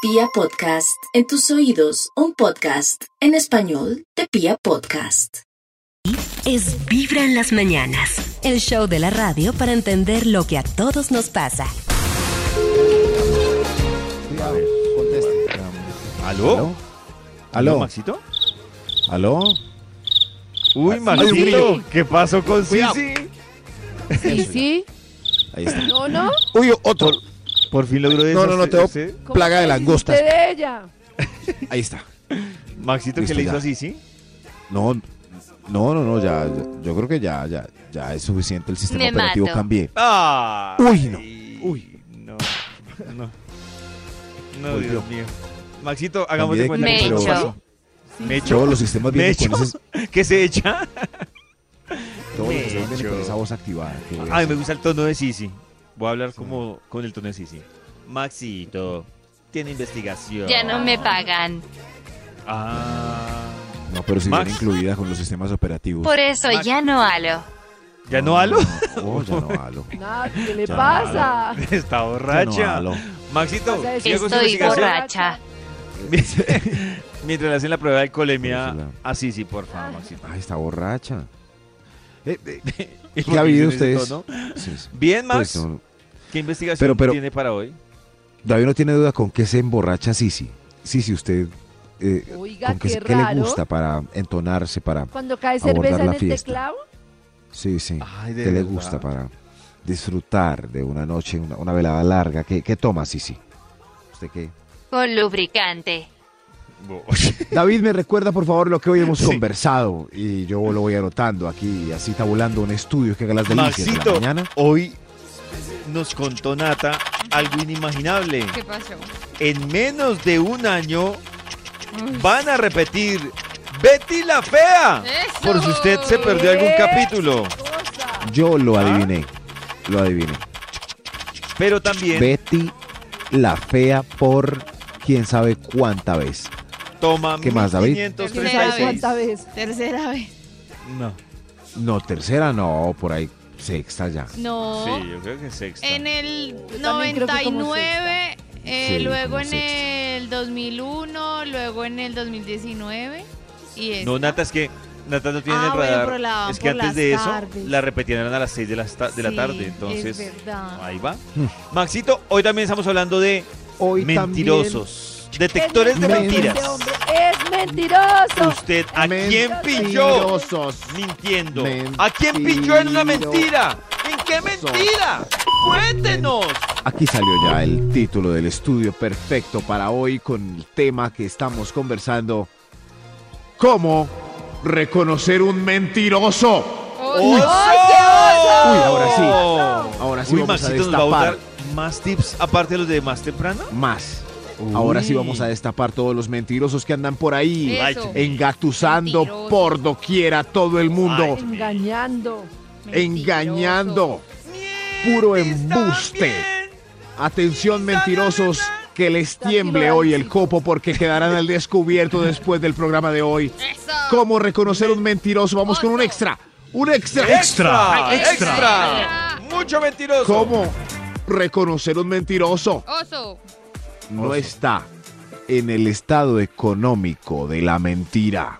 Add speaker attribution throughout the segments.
Speaker 1: Pia Podcast, en tus oídos, un podcast en español de Pia Podcast.
Speaker 2: Es Vibra en las mañanas, el show de la radio para entender lo que a todos nos pasa.
Speaker 3: ¿Aló?
Speaker 4: ¿Aló?
Speaker 3: ¿Aló,
Speaker 4: ¿Aló?
Speaker 3: Maxito?
Speaker 4: ¿Aló? Ah,
Speaker 3: Uy, Maxito, ¿qué pasó con Sisi?
Speaker 5: Sí, sí.
Speaker 4: Ahí está.
Speaker 5: No, no.
Speaker 4: Uy, otro.
Speaker 3: Por fin logró
Speaker 4: No, no, no, te
Speaker 3: deshacerse.
Speaker 5: ¿Cómo
Speaker 4: Plaga de
Speaker 5: te
Speaker 4: langostas.
Speaker 5: hiciste de ella.
Speaker 4: Ahí está.
Speaker 3: Maxito, ¿qué
Speaker 4: Listo,
Speaker 3: le hizo
Speaker 4: ya.
Speaker 3: a Sisi?
Speaker 4: No, no, no, no, ya, ya- yo creo que ya, ya, ya es suficiente el sistema
Speaker 6: Me
Speaker 4: operativo.
Speaker 6: mato.
Speaker 4: Cambié.
Speaker 3: ¡Ah!
Speaker 4: Uy, no.
Speaker 3: Uy, no. No. No,
Speaker 4: Volvió.
Speaker 3: Dios mío. Maxito, hagamos de cuenta
Speaker 4: Cambié
Speaker 6: de
Speaker 3: que
Speaker 6: equipo,
Speaker 3: todo
Speaker 6: pero-
Speaker 3: pasó.
Speaker 4: Todos
Speaker 3: Mecho.
Speaker 4: los sistemas vienen
Speaker 3: Mecho.
Speaker 4: con, esas-
Speaker 3: ¿Qué se echa?
Speaker 4: todos los sistemas vienen con
Speaker 3: Mecho.
Speaker 4: esa voz activada. que voy a
Speaker 3: Ay, me
Speaker 4: hacer.
Speaker 3: gusta el tono de Sisi. Voy a hablar como con el tono de Sisi. Maxito, tiene investigación.
Speaker 6: Ya no me pagan.
Speaker 3: Ah.
Speaker 4: No, pero si
Speaker 3: Max.
Speaker 4: viene incluida con los sistemas operativos.
Speaker 6: Por eso
Speaker 3: Max.
Speaker 6: ya no halo.
Speaker 3: ¿Ya no halo?
Speaker 4: No, no, ya no halo.
Speaker 5: Nada, ¿qué le
Speaker 4: Ya,
Speaker 6: Ah.
Speaker 5: pasa?
Speaker 3: Está
Speaker 4: Ya no
Speaker 3: borracha.
Speaker 4: halo.
Speaker 3: Maxito,
Speaker 5: Pasa eso.
Speaker 3: siga con su
Speaker 6: Estoy
Speaker 3: investigación.
Speaker 6: borracha.
Speaker 3: Mientras le hacen la prueba de alcoholemia
Speaker 4: Por eso
Speaker 3: a Sisi, por favor, Maxito.
Speaker 4: Ay, está borracha. Eh, eh,
Speaker 3: ¿Y
Speaker 4: ha habido
Speaker 3: por qué
Speaker 4: ustedes?
Speaker 3: dicen esto, no?
Speaker 4: sí, sí.
Speaker 3: Bien, Max.
Speaker 4: Pues, no,
Speaker 3: ¿Qué investigación
Speaker 4: Pero- pero-
Speaker 3: tiene para hoy?
Speaker 4: David no tiene duda con qué se emborracha Sisi. Sisi, usted, eh,
Speaker 5: Oiga,
Speaker 4: con qué,
Speaker 5: qué
Speaker 4: se- qué le
Speaker 5: raro.
Speaker 4: gusta para entonarse, para...
Speaker 5: Cuando cae
Speaker 4: Abordar
Speaker 5: cerveza en
Speaker 4: la
Speaker 5: el
Speaker 4: fiesta.
Speaker 5: teclado.
Speaker 4: Sí, sí.
Speaker 3: Ay,
Speaker 4: ¿Qué le gusta para disfrutar de una noche, una, una velada larga? ¿Qué, qué toma, Sisi? ¿Usted qué?
Speaker 6: Con lubricante.
Speaker 4: David, me recuerda, por favor, lo que hoy hemos
Speaker 3: Sí.
Speaker 4: conversado. Y yo lo voy anotando aquí, así tabulando un estudio que haga las delicias de la
Speaker 3: Maxito,
Speaker 4: mañana.
Speaker 3: hoy nos contó Nata algo inimaginable.
Speaker 7: ¿Qué pasó?
Speaker 3: En menos de un año van a repetir Betty la Fea.
Speaker 7: ¡Eso!
Speaker 3: Por si usted se perdió algún
Speaker 5: ¡Eh!
Speaker 3: capítulo.
Speaker 5: Cosa.
Speaker 4: Yo
Speaker 3: Ah.
Speaker 4: lo adiviné, lo adiviné.
Speaker 3: Pero también
Speaker 4: Betty la fea por quién sabe cuánta vez.
Speaker 3: toma
Speaker 4: ¿Qué más, David?
Speaker 3: 1536.
Speaker 5: ¿Cuánta vez?
Speaker 7: Tercera vez.
Speaker 3: No.
Speaker 4: No, tercera no, por ahí sexta ya.
Speaker 7: No.
Speaker 3: Sí, yo creo que sexta.
Speaker 7: En el
Speaker 5: Yo también creo que como
Speaker 7: 99, eh,
Speaker 4: Sí,
Speaker 7: luego
Speaker 4: como
Speaker 7: en
Speaker 4: sexta.
Speaker 7: el 2001, luego en el 2019 y es
Speaker 3: No, Nata, es que Nata no tiene
Speaker 7: Ah,
Speaker 3: el
Speaker 7: bueno,
Speaker 3: radar.
Speaker 7: pero la daban
Speaker 3: es que
Speaker 7: por
Speaker 3: antes
Speaker 7: las
Speaker 3: de eso
Speaker 7: tardes.
Speaker 3: la repetían a las 6 de la, esta- de la tarde. Entonces,
Speaker 7: es verdad.
Speaker 3: ahí va. Maxito, hoy también estamos hablando de
Speaker 4: Hoy
Speaker 3: mentirosos. Detectores de
Speaker 5: Es
Speaker 3: mentiras.
Speaker 7: este
Speaker 5: mentiroso ese Este hombre, Es mentiroso.
Speaker 3: ¿Usted a
Speaker 4: también-
Speaker 3: quién pilló
Speaker 4: Mentirosos.
Speaker 3: mintiendo? ¿A quién pilló en una mentira? ¿En qué mentira? ¡Cuéntenos!
Speaker 4: Aquí salió ya el título del estudio perfecto para hoy con el tema que estamos conversando. ¿Cómo reconocer un mentiroso?
Speaker 7: Oh,
Speaker 3: ¡Oso!
Speaker 4: Uy, ahora sí. Ahora sí
Speaker 3: Uy,
Speaker 4: vamos
Speaker 3: Maxito
Speaker 4: a
Speaker 3: nos va a
Speaker 4: destapar
Speaker 3: dar más tips aparte de los de más temprano.
Speaker 4: más. Ahora sí
Speaker 3: Uy.
Speaker 4: vamos a destapar todos los mentirosos que andan por ahí
Speaker 7: Eso.
Speaker 4: engatusando
Speaker 7: Mentirosos.
Speaker 4: por doquiera a todo el mundo,
Speaker 3: Ay,
Speaker 5: Engañando.
Speaker 4: engañando. Puro embuste. Atención mentirosos, que les tiemble hoy el copo porque quedarán al descubierto después del programa de hoy.
Speaker 7: Eso.
Speaker 4: ¿Cómo reconocer un mentiroso? Vamos con un extra. Un extra.
Speaker 3: ¡Extra! ¡Extra!
Speaker 7: Extra.
Speaker 3: ¡Mucho mentiroso!
Speaker 4: ¿Cómo reconocer un mentiroso?
Speaker 7: Oso.
Speaker 4: No está en el estado económico de la mentira.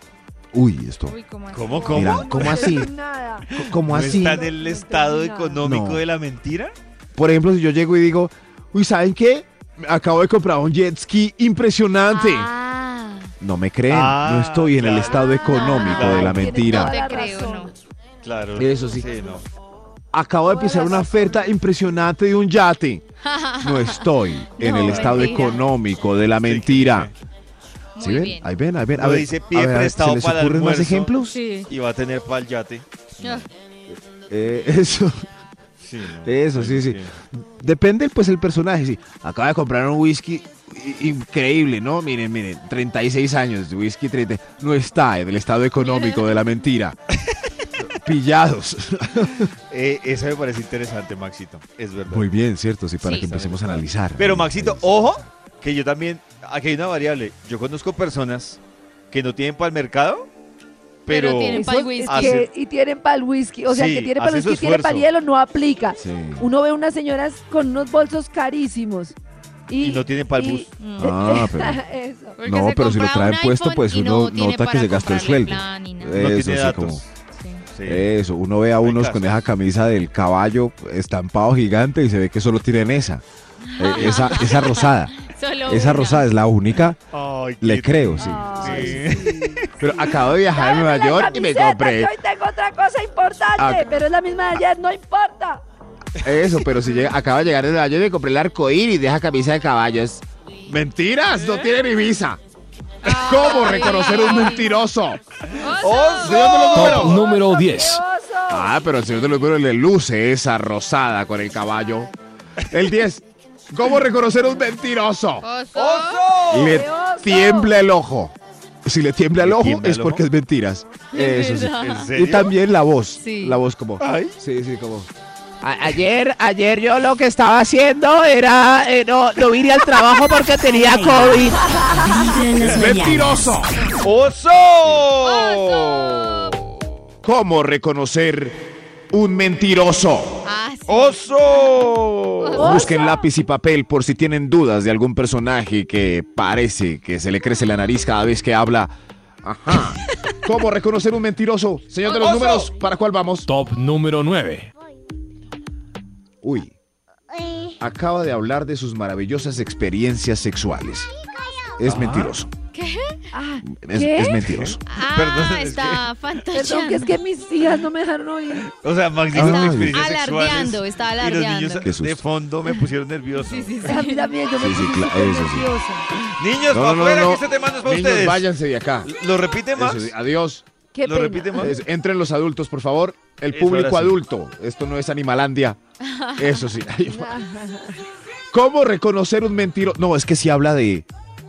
Speaker 4: Uy, esto.
Speaker 7: Uy, ¿cómo así?
Speaker 3: ¿Cómo, cómo?
Speaker 4: Mira, ¿cómo así?
Speaker 5: No entendí nada.
Speaker 4: ¿Cómo
Speaker 3: ¿No
Speaker 4: así?
Speaker 3: está en el estado económico
Speaker 4: No.
Speaker 3: de la mentira?
Speaker 4: Por ejemplo, si yo llego y digo, uy, ¿saben qué? Acabo de comprar un jet ski impresionante.
Speaker 6: Ah,
Speaker 4: No me creen,
Speaker 3: Ah,
Speaker 4: no estoy en el
Speaker 3: claro.
Speaker 4: estado económico
Speaker 3: Ah,
Speaker 4: de la
Speaker 5: Tienes
Speaker 4: mentira.
Speaker 5: toda la
Speaker 7: Te creo,
Speaker 5: razón.
Speaker 7: no.
Speaker 3: Claro.
Speaker 4: Eso sí.
Speaker 3: no.
Speaker 4: Acabo de
Speaker 5: Toda la
Speaker 4: pisar una
Speaker 5: razón.
Speaker 4: oferta impresionante de un yate. No estoy en el
Speaker 7: No,
Speaker 4: estado
Speaker 7: mentira.
Speaker 4: económico de la mentira.
Speaker 7: Muy
Speaker 4: ¿Sí ven?
Speaker 7: bien.
Speaker 4: Ahí ven, ahí ven. A
Speaker 3: Lo
Speaker 4: ver,
Speaker 3: dice pie
Speaker 4: a ver, ¿se
Speaker 3: prestado
Speaker 4: les
Speaker 3: para el
Speaker 4: ocurren más
Speaker 3: almuerzo.
Speaker 4: ejemplos?
Speaker 7: Sí.
Speaker 3: Y va a tener pa'l yate.
Speaker 4: Eh, eso,
Speaker 3: Sí, no.
Speaker 4: eso, sí, sí. Depende, pues, el personaje. Sí. Acaba de comprar un whisky i- increíble, ¿no? Miren, miren, 36 años, whisky 30. No está en el estado económico de la mentira. Pillados.
Speaker 3: Eh, eso me parece interesante, Maxito. Es verdad.
Speaker 4: Muy bien, ¿cierto? Sí, para
Speaker 7: Sí.
Speaker 4: que empecemos a analizar.
Speaker 3: Pero,
Speaker 4: Ahí,
Speaker 3: Maxito,
Speaker 4: ahí.
Speaker 3: ojo, que yo también. Aquí hay una variable. Yo conozco personas que no tienen para el mercado, pero.
Speaker 7: Pero tienen
Speaker 5: Eso
Speaker 7: pa'l
Speaker 5: es
Speaker 7: whisky.
Speaker 3: Hace-
Speaker 5: que- y tienen para el whisky. O sea,
Speaker 3: Sí,
Speaker 5: que tiene para
Speaker 3: hace
Speaker 5: el
Speaker 3: su
Speaker 5: whisky, tiene para el
Speaker 3: esfuerzo.
Speaker 5: hielo, no aplica.
Speaker 4: Sí.
Speaker 5: Uno ve unas señoras con unos bolsos carísimos. Y,
Speaker 3: Y lo tienen pa'l
Speaker 5: y-
Speaker 3: bus.
Speaker 4: Ah, pero-
Speaker 5: Eso.
Speaker 7: mm. Porque
Speaker 4: No,
Speaker 7: se
Speaker 4: pero si lo
Speaker 7: compra
Speaker 4: traen
Speaker 7: un
Speaker 4: puesto,
Speaker 7: iPhone
Speaker 4: pues
Speaker 7: y
Speaker 4: uno
Speaker 7: tiene
Speaker 4: nota que
Speaker 7: para
Speaker 4: se gastó el
Speaker 7: comprarle
Speaker 4: sueldo. Eh,
Speaker 7: plan ni nada.
Speaker 3: No
Speaker 4: Eso
Speaker 3: tiene
Speaker 4: sí,
Speaker 3: datos.
Speaker 4: como-
Speaker 7: Sí.
Speaker 3: Sí.
Speaker 4: Eso, uno ve a
Speaker 3: hay
Speaker 4: unos
Speaker 3: casos.
Speaker 4: con esa camisa del caballo estampado gigante y se ve que solo tienen esa.
Speaker 5: Ah.
Speaker 4: Eh, esa, esa rosada.
Speaker 7: Solo
Speaker 4: Esa
Speaker 7: una.
Speaker 4: rosada es la única,
Speaker 3: Ay, qué-
Speaker 4: le creo, sí.
Speaker 5: Ay,
Speaker 3: Sí.
Speaker 5: sí.
Speaker 4: Pero acabo de viajar a
Speaker 5: Dame
Speaker 4: Nueva
Speaker 5: la
Speaker 4: York y me
Speaker 5: camiseta,
Speaker 4: compré
Speaker 5: que Hoy tengo otra cosa importante,
Speaker 4: Ah,
Speaker 5: pero es la misma de ayer, no importa.
Speaker 4: eso, pero si llega, acaba de llegar de Nueva York y me compré el arco iris de esa camisa de caballo. Es- Mentiras, no tiene ni visa. ¿Cómo reconocer un mentiroso?
Speaker 3: ¡Oh, señor de los números!
Speaker 8: Top número 10.
Speaker 4: Ah, pero el señor de los números le luce esa rosada con el caballo. El 10. ¿Cómo reconocer un mentiroso?
Speaker 7: Oso.
Speaker 4: Le
Speaker 5: ¡Qué oso!
Speaker 4: tiembla el ojo. Si le tiembla el
Speaker 3: ¿Le
Speaker 4: ojo
Speaker 3: tiembla
Speaker 4: es
Speaker 3: el
Speaker 4: porque
Speaker 3: ojo?
Speaker 4: es mentiras. Eso sí.
Speaker 7: ¿Verdad?
Speaker 3: ¿En serio?
Speaker 4: Y también la voz.
Speaker 7: Sí.
Speaker 4: La voz como.
Speaker 3: Ay.
Speaker 4: Sí, sí, como.
Speaker 9: Ayer, ayer yo lo que estaba haciendo era eh, no, no vine al trabajo porque tenía COVID.
Speaker 2: Vibra en las mañanas.
Speaker 4: ¡Mentiroso!
Speaker 3: ¡Oso!
Speaker 4: ¿Cómo reconocer un mentiroso?
Speaker 7: Ah, sí.
Speaker 3: ¡Oso!
Speaker 4: Busquen lápiz y papel por si tienen dudas de algún personaje que parece que se le crece la nariz cada vez que habla. Ajá. ¿Cómo reconocer un mentiroso? Señor de los números, ¿para cuál vamos?
Speaker 8: Top número 9.
Speaker 4: Uy. Acaba de hablar de sus maravillosas experiencias sexuales. Es mentiroso.
Speaker 5: Ah,
Speaker 4: Es,
Speaker 5: ¿Qué?
Speaker 4: es mentiroso.
Speaker 7: Ah,
Speaker 3: Perdón, es
Speaker 7: está fantaseando.
Speaker 5: perdón, que es que mis hijas no me dejaron oír.
Speaker 3: O sea, Max dijo
Speaker 4: Ay.
Speaker 3: sus experiencias
Speaker 7: Alardeando,
Speaker 3: sexuales
Speaker 7: está
Speaker 3: Y los
Speaker 7: alardeando.
Speaker 4: Qué
Speaker 3: niños de
Speaker 4: susto.
Speaker 3: fondo me pusieron nervioso.
Speaker 7: Sí, sí, sí.
Speaker 5: A mí también, Ah, yo me
Speaker 4: Sí, sí,
Speaker 5: puse
Speaker 4: claro,
Speaker 5: súper
Speaker 4: eso sí.
Speaker 5: nerviosa.
Speaker 3: Niños, para afuera, que este tema no es para
Speaker 4: Niños,
Speaker 3: ustedes.
Speaker 4: váyanse de acá.
Speaker 3: ¿Lo repite Max?
Speaker 4: Eso sí, ah, adiós.
Speaker 5: Qué
Speaker 3: ¿Lo
Speaker 5: pena.
Speaker 3: repite Max?
Speaker 4: Es- entren los adultos, por favor. El
Speaker 3: Eso,
Speaker 4: público
Speaker 3: ahora sí.
Speaker 4: adulto. Esto no es Animalandia. Eso sí. Ay, ¿Cómo reconocer un mentiroso? No, es que si habla de,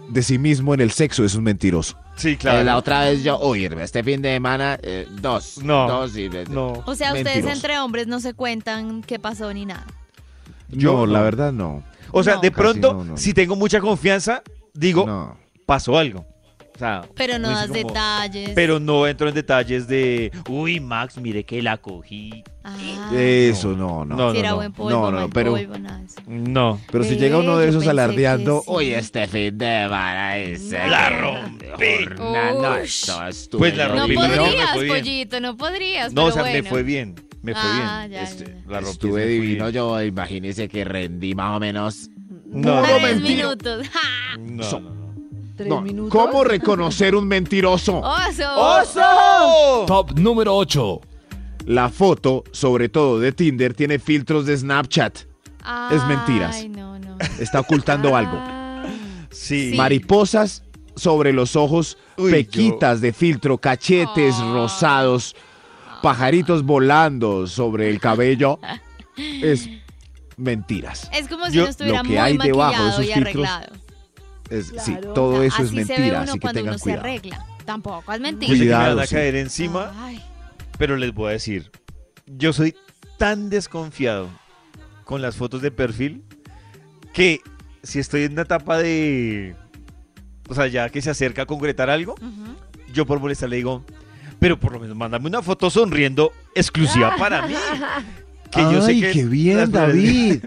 Speaker 4: de sí mismo en el sexo es un mentiroso. Eh,
Speaker 3: Sí, claro.
Speaker 9: La otra vez yo, uy, este fin de semana, eh, dos.
Speaker 3: No.
Speaker 9: Dos y, eh,
Speaker 3: No.
Speaker 7: O sea, ustedes
Speaker 4: Mentiroso.
Speaker 7: entre hombres no se cuentan qué pasó ni nada.
Speaker 4: Yo,
Speaker 3: Yo
Speaker 4: la
Speaker 3: no.
Speaker 4: verdad, no.
Speaker 3: O sea,
Speaker 7: No.
Speaker 3: de
Speaker 4: Casi
Speaker 3: pronto,
Speaker 4: no, no.
Speaker 3: si tengo mucha confianza, digo,
Speaker 4: No.
Speaker 3: pasó algo. O sea,
Speaker 7: Pero no
Speaker 3: es
Speaker 7: das
Speaker 3: como-
Speaker 7: detalles.
Speaker 3: Pero no entro en detalles de, uy, Max, mire que la cogí.
Speaker 7: Ah,
Speaker 4: Eso, no, eh, no.
Speaker 3: No,
Speaker 7: si
Speaker 3: no,
Speaker 7: era
Speaker 3: no.
Speaker 7: buen polvo,
Speaker 4: No, no,
Speaker 7: mal
Speaker 4: pero-
Speaker 7: polvo, nada de eso.
Speaker 3: No.
Speaker 4: Pero si llega uno
Speaker 7: Ve,
Speaker 4: de
Speaker 7: yo
Speaker 4: esos
Speaker 7: pensé que
Speaker 4: alardeando,
Speaker 7: sí.
Speaker 4: oye, este fin de semana es.
Speaker 3: La rompí.
Speaker 7: Ush.
Speaker 3: Pues la
Speaker 7: No
Speaker 3: rompí, pero no me
Speaker 7: podrías,
Speaker 3: fue bien.
Speaker 7: pollito, no podrías.
Speaker 3: No,
Speaker 7: pero
Speaker 3: o sea,
Speaker 7: bueno.
Speaker 3: me fue bien. Me fue
Speaker 7: Ah,
Speaker 3: bien.
Speaker 7: ya, ya,
Speaker 3: Este,
Speaker 7: ya.
Speaker 3: La rompí.
Speaker 9: Estuve
Speaker 3: me fue
Speaker 9: divino,
Speaker 3: bien.
Speaker 9: yo imagínese que rendí más o menos.
Speaker 4: Puro
Speaker 3: No, no,
Speaker 7: Tres
Speaker 4: mentiro.
Speaker 7: minutos. ¡Ja!
Speaker 3: no, no, no.
Speaker 5: Tres minutos.
Speaker 4: ¿Cómo reconocer un mentiroso?
Speaker 7: Oh. ¡Oso!
Speaker 3: ¡Oso!
Speaker 8: Top número 8.
Speaker 4: La foto, sobre todo de Tinder, tiene filtros de Snapchat. Es mentiras.
Speaker 7: Ay, no, no. Ah,
Speaker 4: Está ocultando algo.
Speaker 3: Sí.
Speaker 7: Sí.
Speaker 4: Mariposas sobre los ojos,
Speaker 3: Uy,
Speaker 4: pequitas de filtro, cachetes
Speaker 7: Ah.
Speaker 4: rosados, pajaritos volando sobre el cabello. Es mentiras.
Speaker 7: Es como si
Speaker 3: Yo-
Speaker 7: uno estuviera
Speaker 4: lo que
Speaker 7: muy
Speaker 4: hay
Speaker 7: maquillado
Speaker 4: debajo de esos
Speaker 7: y
Speaker 4: filtros,
Speaker 7: arreglado.
Speaker 4: Es- Sí,
Speaker 5: Claro.
Speaker 4: todo eso
Speaker 7: así
Speaker 4: es
Speaker 7: se ve
Speaker 4: mentira,
Speaker 7: uno
Speaker 4: así que
Speaker 7: cuando
Speaker 4: tengan
Speaker 7: uno se
Speaker 4: cuidado.
Speaker 7: arregla. Tampoco es
Speaker 3: Yo sé que me
Speaker 7: mentira.
Speaker 3: van
Speaker 4: Cuidado,
Speaker 3: a
Speaker 4: sí.
Speaker 3: caer encima,
Speaker 7: Ay,
Speaker 3: pero les voy a decir, yo soy tan desconfiado con las fotos de perfil que si estoy en una etapa de, o sea, ya que se acerca a concretar algo,
Speaker 7: ujú.
Speaker 3: yo por molestar le digo, pero por lo menos mándame una foto sonriendo exclusiva para mí. Que yo sé
Speaker 4: Ay,
Speaker 3: que
Speaker 4: qué bien,
Speaker 3: las-
Speaker 4: David.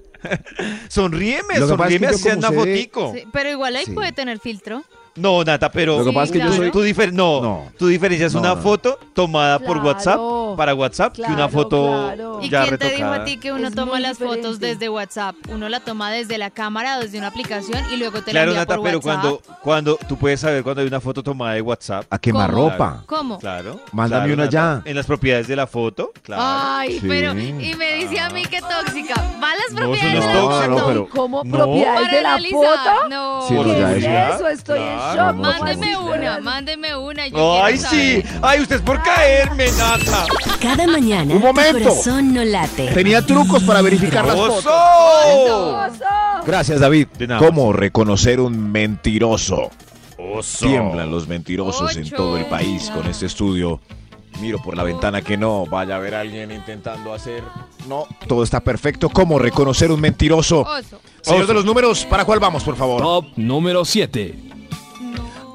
Speaker 3: Sonríeme,
Speaker 4: Lo que pasa es
Speaker 3: sonríeme
Speaker 4: que yo
Speaker 3: hacia
Speaker 4: como
Speaker 3: una
Speaker 4: sé de-
Speaker 3: fotico.
Speaker 7: Sí, pero igual ahí
Speaker 4: Sí.
Speaker 7: puede tener filtro.
Speaker 3: No, Nata, pero
Speaker 4: Lo que
Speaker 7: Sí,
Speaker 4: pasa es que yo
Speaker 7: claro.
Speaker 4: soy
Speaker 3: tu difer- no,
Speaker 4: No.
Speaker 3: tu diferencia es
Speaker 4: No,
Speaker 3: una
Speaker 4: no.
Speaker 3: foto tomada por
Speaker 5: Claro.
Speaker 3: WhatsApp para WhatsApp que una
Speaker 5: Claro,
Speaker 3: foto
Speaker 5: claro.
Speaker 7: ¿Y
Speaker 3: ya
Speaker 7: quién te dijo
Speaker 3: retocada.
Speaker 7: a ti que uno
Speaker 5: Es
Speaker 7: toma
Speaker 5: muy
Speaker 7: las fotos
Speaker 5: diferente.
Speaker 7: desde WhatsApp? Uno la toma desde la cámara, desde una aplicación y luego te
Speaker 3: Claro,
Speaker 7: la envía
Speaker 3: Nata,
Speaker 7: por
Speaker 3: pero
Speaker 7: WhatsApp.
Speaker 3: cuando, cuando tú puedes saber cuando hay una foto tomada de WhatsApp.
Speaker 4: A quemarropa.
Speaker 7: ¿Cómo?
Speaker 3: Claro.
Speaker 4: Mándame
Speaker 3: claro,
Speaker 4: una
Speaker 3: Nata.
Speaker 4: ya.
Speaker 3: En las propiedades de la foto. Claro.
Speaker 7: Ay,
Speaker 4: Sí.
Speaker 7: pero y me dice a mí que tóxica. ¿Va a las
Speaker 3: No,
Speaker 7: propiedades
Speaker 3: eso no
Speaker 7: de
Speaker 3: es
Speaker 7: la foto?
Speaker 4: tóxico.
Speaker 5: No,
Speaker 4: pero-
Speaker 5: ¿y ¿Cómo
Speaker 3: No.
Speaker 5: propiedades
Speaker 7: Para
Speaker 5: de la
Speaker 7: analizar.
Speaker 5: foto?
Speaker 7: No.
Speaker 4: Sí,
Speaker 5: ¿Qué
Speaker 4: ya
Speaker 5: es
Speaker 3: es-
Speaker 5: eso? Estoy en
Speaker 3: Claro,
Speaker 5: shock.
Speaker 4: no,
Speaker 5: ¿cómo
Speaker 7: Mándeme
Speaker 5: así?
Speaker 7: una, mándeme una. yo
Speaker 3: Ay,
Speaker 7: quiero
Speaker 3: sí.
Speaker 7: saber.
Speaker 3: Ay, usted es por caerme, Nata.
Speaker 2: Cada mañana
Speaker 4: Un momento.
Speaker 2: tu corazón no late.
Speaker 4: Tenía trucos para verificar las fotos.
Speaker 3: ¡Oso!
Speaker 5: Oso.
Speaker 4: Gracias, David.
Speaker 3: De nada.
Speaker 4: ¿Cómo reconocer un mentiroso?
Speaker 3: ¡Oso!
Speaker 4: Tiemblan los mentirosos en
Speaker 7: Ocho.
Speaker 4: todo el país con este estudio. Miro por la ventana que no vaya a haber alguien intentando hacer. No, todo está perfecto. ¿Cómo reconocer un mentiroso?
Speaker 7: Oso.
Speaker 4: Señor de los números, ¿para cuál vamos, por favor?
Speaker 8: Top número 7.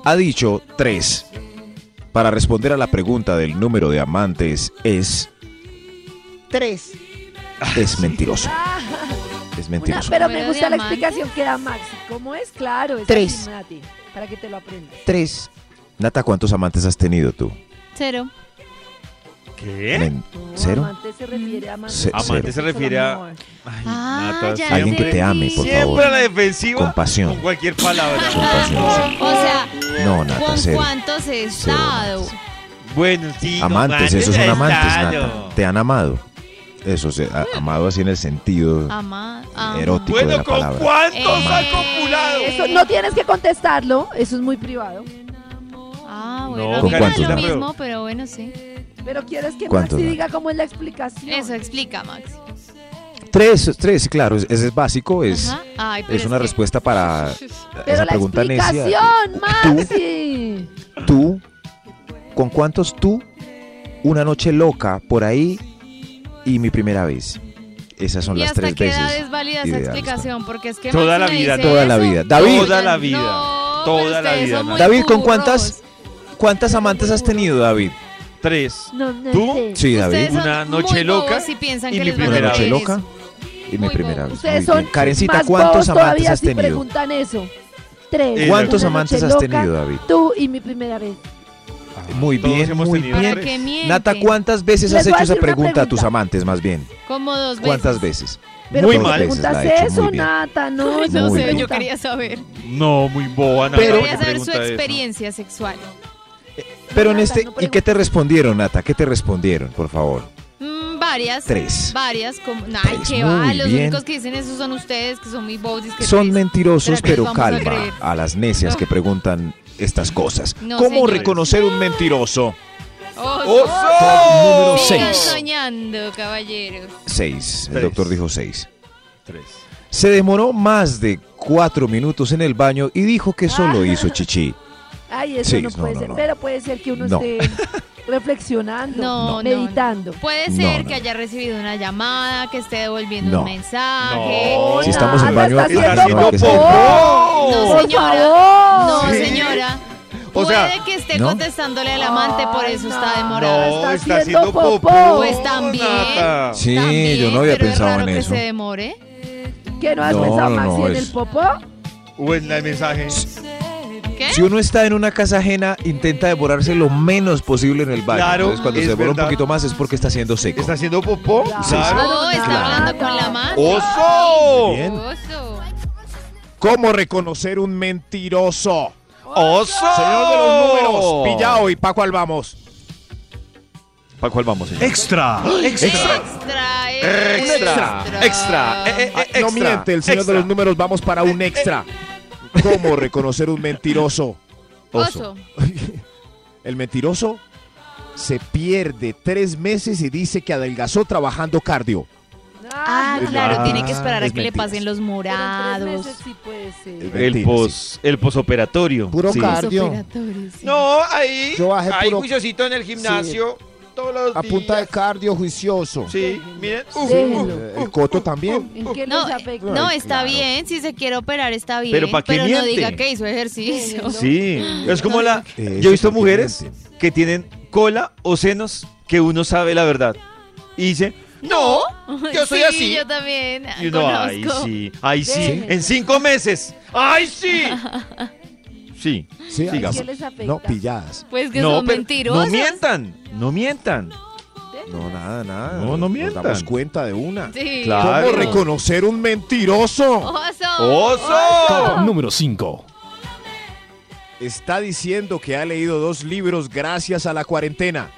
Speaker 4: Ha dicho tres. Para responder a la pregunta del número de amantes es
Speaker 9: Tres.
Speaker 4: es mentiroso. que es
Speaker 5: Una-
Speaker 4: mentiroso.
Speaker 5: pero me
Speaker 7: Número
Speaker 5: gusta la
Speaker 7: diamante.
Speaker 5: explicación que da Maxi. ¿Cómo es? Claro, es
Speaker 9: Tres.
Speaker 5: así, Nati, para que te lo aprendas.
Speaker 9: Tres.
Speaker 4: Nata, ¿cuántos amantes has tenido tú?
Speaker 7: Cero.
Speaker 3: ¿Qué?
Speaker 4: Men-
Speaker 5: No,
Speaker 4: ¿Cero?
Speaker 5: Amante se refiere a amante.
Speaker 4: Ce-
Speaker 3: Amante se
Speaker 5: Solo
Speaker 3: refiere a.
Speaker 5: amor.
Speaker 3: Ay,
Speaker 6: Ah,
Speaker 3: Nata,
Speaker 6: ya
Speaker 4: Alguien que
Speaker 3: siempre,
Speaker 4: te ame, por
Speaker 3: siempre
Speaker 4: favor.
Speaker 3: a la defensiva.
Speaker 4: Compasión.
Speaker 3: Con cualquier palabra.
Speaker 4: Compasión,
Speaker 7: O sea,
Speaker 4: sí. No, Nata,
Speaker 7: ¿con
Speaker 4: cero.
Speaker 7: cuántos he
Speaker 4: Cero
Speaker 7: estado?
Speaker 4: amantes.
Speaker 3: bueno, sí.
Speaker 4: Amantes, esos son
Speaker 3: ya
Speaker 4: amantes,
Speaker 3: está,
Speaker 4: Nata.
Speaker 3: no.
Speaker 4: Te han amado. Eso, se,
Speaker 7: Ah.
Speaker 4: a- amado así en el sentido
Speaker 7: Ama, ama.
Speaker 4: erótico de
Speaker 3: Bueno,
Speaker 4: la
Speaker 3: ¿con
Speaker 4: palabra.
Speaker 3: cuántos
Speaker 7: Eh,
Speaker 3: ha copulado?
Speaker 5: Eso no tienes que contestarlo, eso es muy privado.
Speaker 7: Ah,
Speaker 3: No,
Speaker 7: bueno, a mí me da
Speaker 4: ¿cuántos,
Speaker 7: lo
Speaker 4: Nata?
Speaker 7: mismo, pero bueno, sí.
Speaker 5: Pero quieres que
Speaker 4: ¿Cuánto,
Speaker 5: Maxi
Speaker 4: Nati?
Speaker 5: diga cómo es la explicación.
Speaker 7: Eso explica, Max.
Speaker 4: Tres, tres, claro, ese es básico, es,
Speaker 7: Ajá. Ay, pero
Speaker 4: Pues, es una
Speaker 7: que-
Speaker 4: respuesta para
Speaker 5: Pero
Speaker 4: esa
Speaker 5: la
Speaker 4: pregunta necia.
Speaker 5: explicación,
Speaker 4: ¿Tú?
Speaker 5: Maxi.
Speaker 4: tú, ¿con cuántos tú? Una noche loca por ahí y mi primera vez. Esas son
Speaker 7: ¿Y
Speaker 4: las
Speaker 7: hasta
Speaker 4: tres
Speaker 7: qué
Speaker 4: veces.
Speaker 7: edad es válida esa
Speaker 4: ideales,
Speaker 7: explicación? Porque es que
Speaker 3: Toda
Speaker 7: Max
Speaker 3: la
Speaker 7: me
Speaker 3: vida,
Speaker 7: dice
Speaker 4: toda la
Speaker 7: eso.
Speaker 4: vida. David.
Speaker 3: Toda la vida. Toda
Speaker 7: No, pero
Speaker 3: la
Speaker 7: ustedes
Speaker 3: vida,
Speaker 7: son
Speaker 3: Nata.
Speaker 7: muy
Speaker 4: David, ¿con
Speaker 7: burros.
Speaker 4: cuántas? ¿Cuántas amantes has tenido, David?
Speaker 3: Tres.
Speaker 5: No, no
Speaker 3: ¿Tú?
Speaker 5: sé.
Speaker 4: Sí, David.
Speaker 7: Ustedes son
Speaker 3: Una
Speaker 7: muy
Speaker 3: noche
Speaker 7: bobos
Speaker 3: loca
Speaker 7: si piensan
Speaker 3: y
Speaker 7: que
Speaker 3: mi
Speaker 7: les van a
Speaker 4: Una
Speaker 3: primera
Speaker 4: noche
Speaker 7: creer
Speaker 3: vez.
Speaker 7: eso.
Speaker 4: loca y mi
Speaker 7: Muy
Speaker 4: primera
Speaker 7: bobo.
Speaker 4: vez.
Speaker 5: Ustedes
Speaker 4: Muy
Speaker 5: son
Speaker 4: bien. Karencita,
Speaker 5: más
Speaker 4: ¿cuántos
Speaker 5: bobos
Speaker 4: amantes
Speaker 5: todavía
Speaker 4: has
Speaker 5: si
Speaker 4: tenido?
Speaker 5: preguntan eso.
Speaker 3: Eh,
Speaker 5: Tres.
Speaker 4: ¿Cuántos
Speaker 5: Una
Speaker 4: amantes
Speaker 5: noche
Speaker 4: has
Speaker 5: loca,
Speaker 4: tenido, David?
Speaker 5: Tú y mi primera vez.
Speaker 4: Ah, Muy
Speaker 3: Todos
Speaker 4: bien,
Speaker 3: hemos
Speaker 4: muy
Speaker 3: tenido
Speaker 4: bien.
Speaker 7: ¿Para qué mienten?
Speaker 4: Nata, ¿cuántas veces
Speaker 5: Les
Speaker 4: has
Speaker 5: voy a
Speaker 4: hecho esa
Speaker 5: hacer una
Speaker 4: pregunta a tus
Speaker 5: pregunta.
Speaker 4: amantes, más bien?
Speaker 7: Como dos veces.
Speaker 4: ¿Cuántas veces?
Speaker 5: Pero
Speaker 3: Muy
Speaker 5: ¿por qué
Speaker 3: mal.
Speaker 5: preguntas
Speaker 4: Veces la he hecho,
Speaker 5: eso,
Speaker 4: muy bien.
Speaker 5: Nata? No,
Speaker 7: Ay,
Speaker 5: eso
Speaker 7: no
Speaker 4: Muy
Speaker 7: sé,
Speaker 4: bien.
Speaker 7: yo quería saber.
Speaker 3: No, muy boba, Nata.
Speaker 4: Pero-
Speaker 3: ¿por qué
Speaker 7: quería saber su
Speaker 3: pregunta eso?
Speaker 7: experiencia sexual.
Speaker 4: Pero en
Speaker 5: Nata,
Speaker 4: este,
Speaker 5: no
Speaker 4: ¿y qué te respondieron, Nata? ¿Qué te respondieron, por favor?
Speaker 7: Mm, varias.
Speaker 4: Tres.
Speaker 7: Varias. Como, Ay,
Speaker 4: Tres,
Speaker 7: qué va.
Speaker 4: muy
Speaker 7: Los
Speaker 4: bien.
Speaker 7: únicos que dicen eso son ustedes, que son muy bobos. dizque
Speaker 4: Son
Speaker 7: tres.
Speaker 4: mentirosos,
Speaker 7: Pero
Speaker 4: pero
Speaker 7: les vamos a creer.
Speaker 4: calma a las necias
Speaker 7: No.
Speaker 4: que preguntan estas cosas.
Speaker 7: No,
Speaker 4: ¿Cómo
Speaker 7: señor.
Speaker 4: reconocer un mentiroso?
Speaker 3: Oh,
Speaker 7: ¡Oso!
Speaker 8: Número
Speaker 7: Sigan
Speaker 8: 6.
Speaker 7: Oh, soñando, caballeros.
Speaker 4: Seis. El
Speaker 3: Seis.
Speaker 4: doctor dijo seis.
Speaker 3: Tres.
Speaker 4: Se demoró más de cuatro minutos en el baño y dijo que
Speaker 7: Ah.
Speaker 4: solo hizo chichi.
Speaker 5: Ay, eso
Speaker 4: Sí,
Speaker 5: no
Speaker 4: no,
Speaker 5: puede
Speaker 4: no,
Speaker 5: ser.
Speaker 4: no.
Speaker 5: Pero puede ser que uno
Speaker 4: No.
Speaker 5: esté reflexionando,
Speaker 7: No, no,
Speaker 5: meditando.
Speaker 7: Puede
Speaker 4: No,
Speaker 7: ser
Speaker 4: no.
Speaker 7: que haya recibido una llamada, que esté devolviendo
Speaker 4: No.
Speaker 7: un mensaje.
Speaker 3: No.
Speaker 4: Si estamos en
Speaker 5: Nata,
Speaker 4: baño,
Speaker 5: Ah, está
Speaker 4: en
Speaker 5: haciendo
Speaker 4: baño hay que
Speaker 3: popó.
Speaker 5: popó.
Speaker 7: No,
Speaker 5: Por
Speaker 7: señora.
Speaker 5: favor.
Speaker 7: No,
Speaker 3: Sí.
Speaker 7: señora.
Speaker 3: O sea,
Speaker 7: Puede que esté
Speaker 4: ¿no?
Speaker 7: contestándole al amante, por
Speaker 5: Ay,
Speaker 7: eso
Speaker 5: no.
Speaker 7: está demorado.
Speaker 3: No,
Speaker 5: Está
Speaker 3: está
Speaker 5: haciendo
Speaker 3: haciendo popó.
Speaker 5: popó.
Speaker 7: Pues también.
Speaker 3: Nata.
Speaker 4: Sí,
Speaker 7: También,
Speaker 4: yo no había
Speaker 7: pero es
Speaker 4: pensado
Speaker 7: raro
Speaker 4: en eso.
Speaker 7: que se demore.
Speaker 5: ¿Qué no has
Speaker 4: No,
Speaker 5: pensado,
Speaker 4: no,
Speaker 5: Maxi,
Speaker 4: no,
Speaker 5: en
Speaker 4: es-
Speaker 5: el popó? Ah,
Speaker 3: O en el mensaje.
Speaker 7: ¿Qué?
Speaker 4: Si uno está en una casa ajena, intenta devorarse lo menos posible en el baño.
Speaker 3: Claro,
Speaker 4: Entonces, cuando
Speaker 3: es
Speaker 4: se demora
Speaker 3: verdad.
Speaker 4: un poquito más es porque está haciendo seco.
Speaker 3: ¿Está haciendo popó?
Speaker 4: Sí, sí.
Speaker 3: Claro.
Speaker 7: No, Oh, está
Speaker 5: Nada.
Speaker 7: hablando con la amante.
Speaker 3: ¡Oso!
Speaker 4: Bien.
Speaker 7: Oso.
Speaker 9: ¿Cómo reconocer un mentiroso?
Speaker 3: ¡Oso!
Speaker 9: Señor de los
Speaker 4: ¡Oh!
Speaker 9: números, pillao y Paco al vamos.
Speaker 4: Eh,
Speaker 3: ¿Para cuál vamos, señor?
Speaker 8: Extra.
Speaker 7: Extra, extra.
Speaker 3: Extra. Eh, eh, eh,
Speaker 9: Ah,
Speaker 3: extra.
Speaker 9: no miente, el señor
Speaker 3: extra.
Speaker 9: de los números, vamos para un extra. ¿Cómo reconocer un mentiroso?
Speaker 7: Oso.
Speaker 9: El mentiroso se pierde tres meses y dice que adelgazó trabajando cardio.
Speaker 7: Ah,
Speaker 5: no.
Speaker 7: claro,
Speaker 3: Ah,
Speaker 7: tiene que esperar a
Speaker 4: es
Speaker 7: que le
Speaker 4: mentiras.
Speaker 7: pasen los
Speaker 5: Pero en tres meses
Speaker 7: morados.
Speaker 5: sí puede ser.
Speaker 9: El
Speaker 3: El, pos, el posoperatorio.
Speaker 9: Puro
Speaker 7: Los
Speaker 9: cardio.
Speaker 7: operatorios, sí.
Speaker 10: No, ahí.
Speaker 9: Yo bajé
Speaker 10: ahí
Speaker 9: puro-
Speaker 10: juiciosito en el gimnasio. Todos los
Speaker 9: A
Speaker 10: días.
Speaker 9: punta de cardio juicioso. Eh,
Speaker 10: Sí, miren. uh. Uf,
Speaker 5: Déjenlo.
Speaker 10: uf.
Speaker 9: El coto también.
Speaker 5: ¿En qué
Speaker 7: No,
Speaker 5: les
Speaker 7: eh,
Speaker 5: afecta?
Speaker 7: no, está
Speaker 9: claro.
Speaker 7: bien, si se quiere operar está bien,
Speaker 3: Pero
Speaker 7: pero,
Speaker 3: ¿pa' qué
Speaker 7: no
Speaker 3: miente?
Speaker 7: diga que hizo ejercicio.
Speaker 3: Sí, es como la...
Speaker 4: Eh,
Speaker 3: Yo he visto
Speaker 4: porque
Speaker 3: mujeres
Speaker 4: mienten.
Speaker 3: que tienen cola o senos que uno sabe la verdad. Y dice,
Speaker 10: No, yo soy
Speaker 7: Sí,
Speaker 10: así.
Speaker 7: Yo también
Speaker 3: y uno,
Speaker 7: conozco.
Speaker 3: ay sí, ay sí,
Speaker 5: Déjenlo.
Speaker 3: en cinco meses.
Speaker 10: ¡Ay, sí!
Speaker 3: Sí,
Speaker 9: Sí, ah,
Speaker 5: ¿En
Speaker 3: digamos.
Speaker 5: qué les afecta?
Speaker 9: No, pilladas.
Speaker 7: Pues que
Speaker 3: no,
Speaker 7: son
Speaker 3: pero-
Speaker 7: mentirosos.
Speaker 3: no mientan, no mientan.
Speaker 4: No, nada, nada.
Speaker 3: No, no
Speaker 4: Nos
Speaker 3: mientan.
Speaker 4: damos
Speaker 9: Nos cuenta de una.
Speaker 7: Sí.
Speaker 3: Claro.
Speaker 9: ¿Cómo reconocer un mentiroso?
Speaker 7: Oso.
Speaker 3: ¡Oso!
Speaker 8: Número 5.
Speaker 9: Está diciendo que ha leído dos libros gracias a la cuarentena.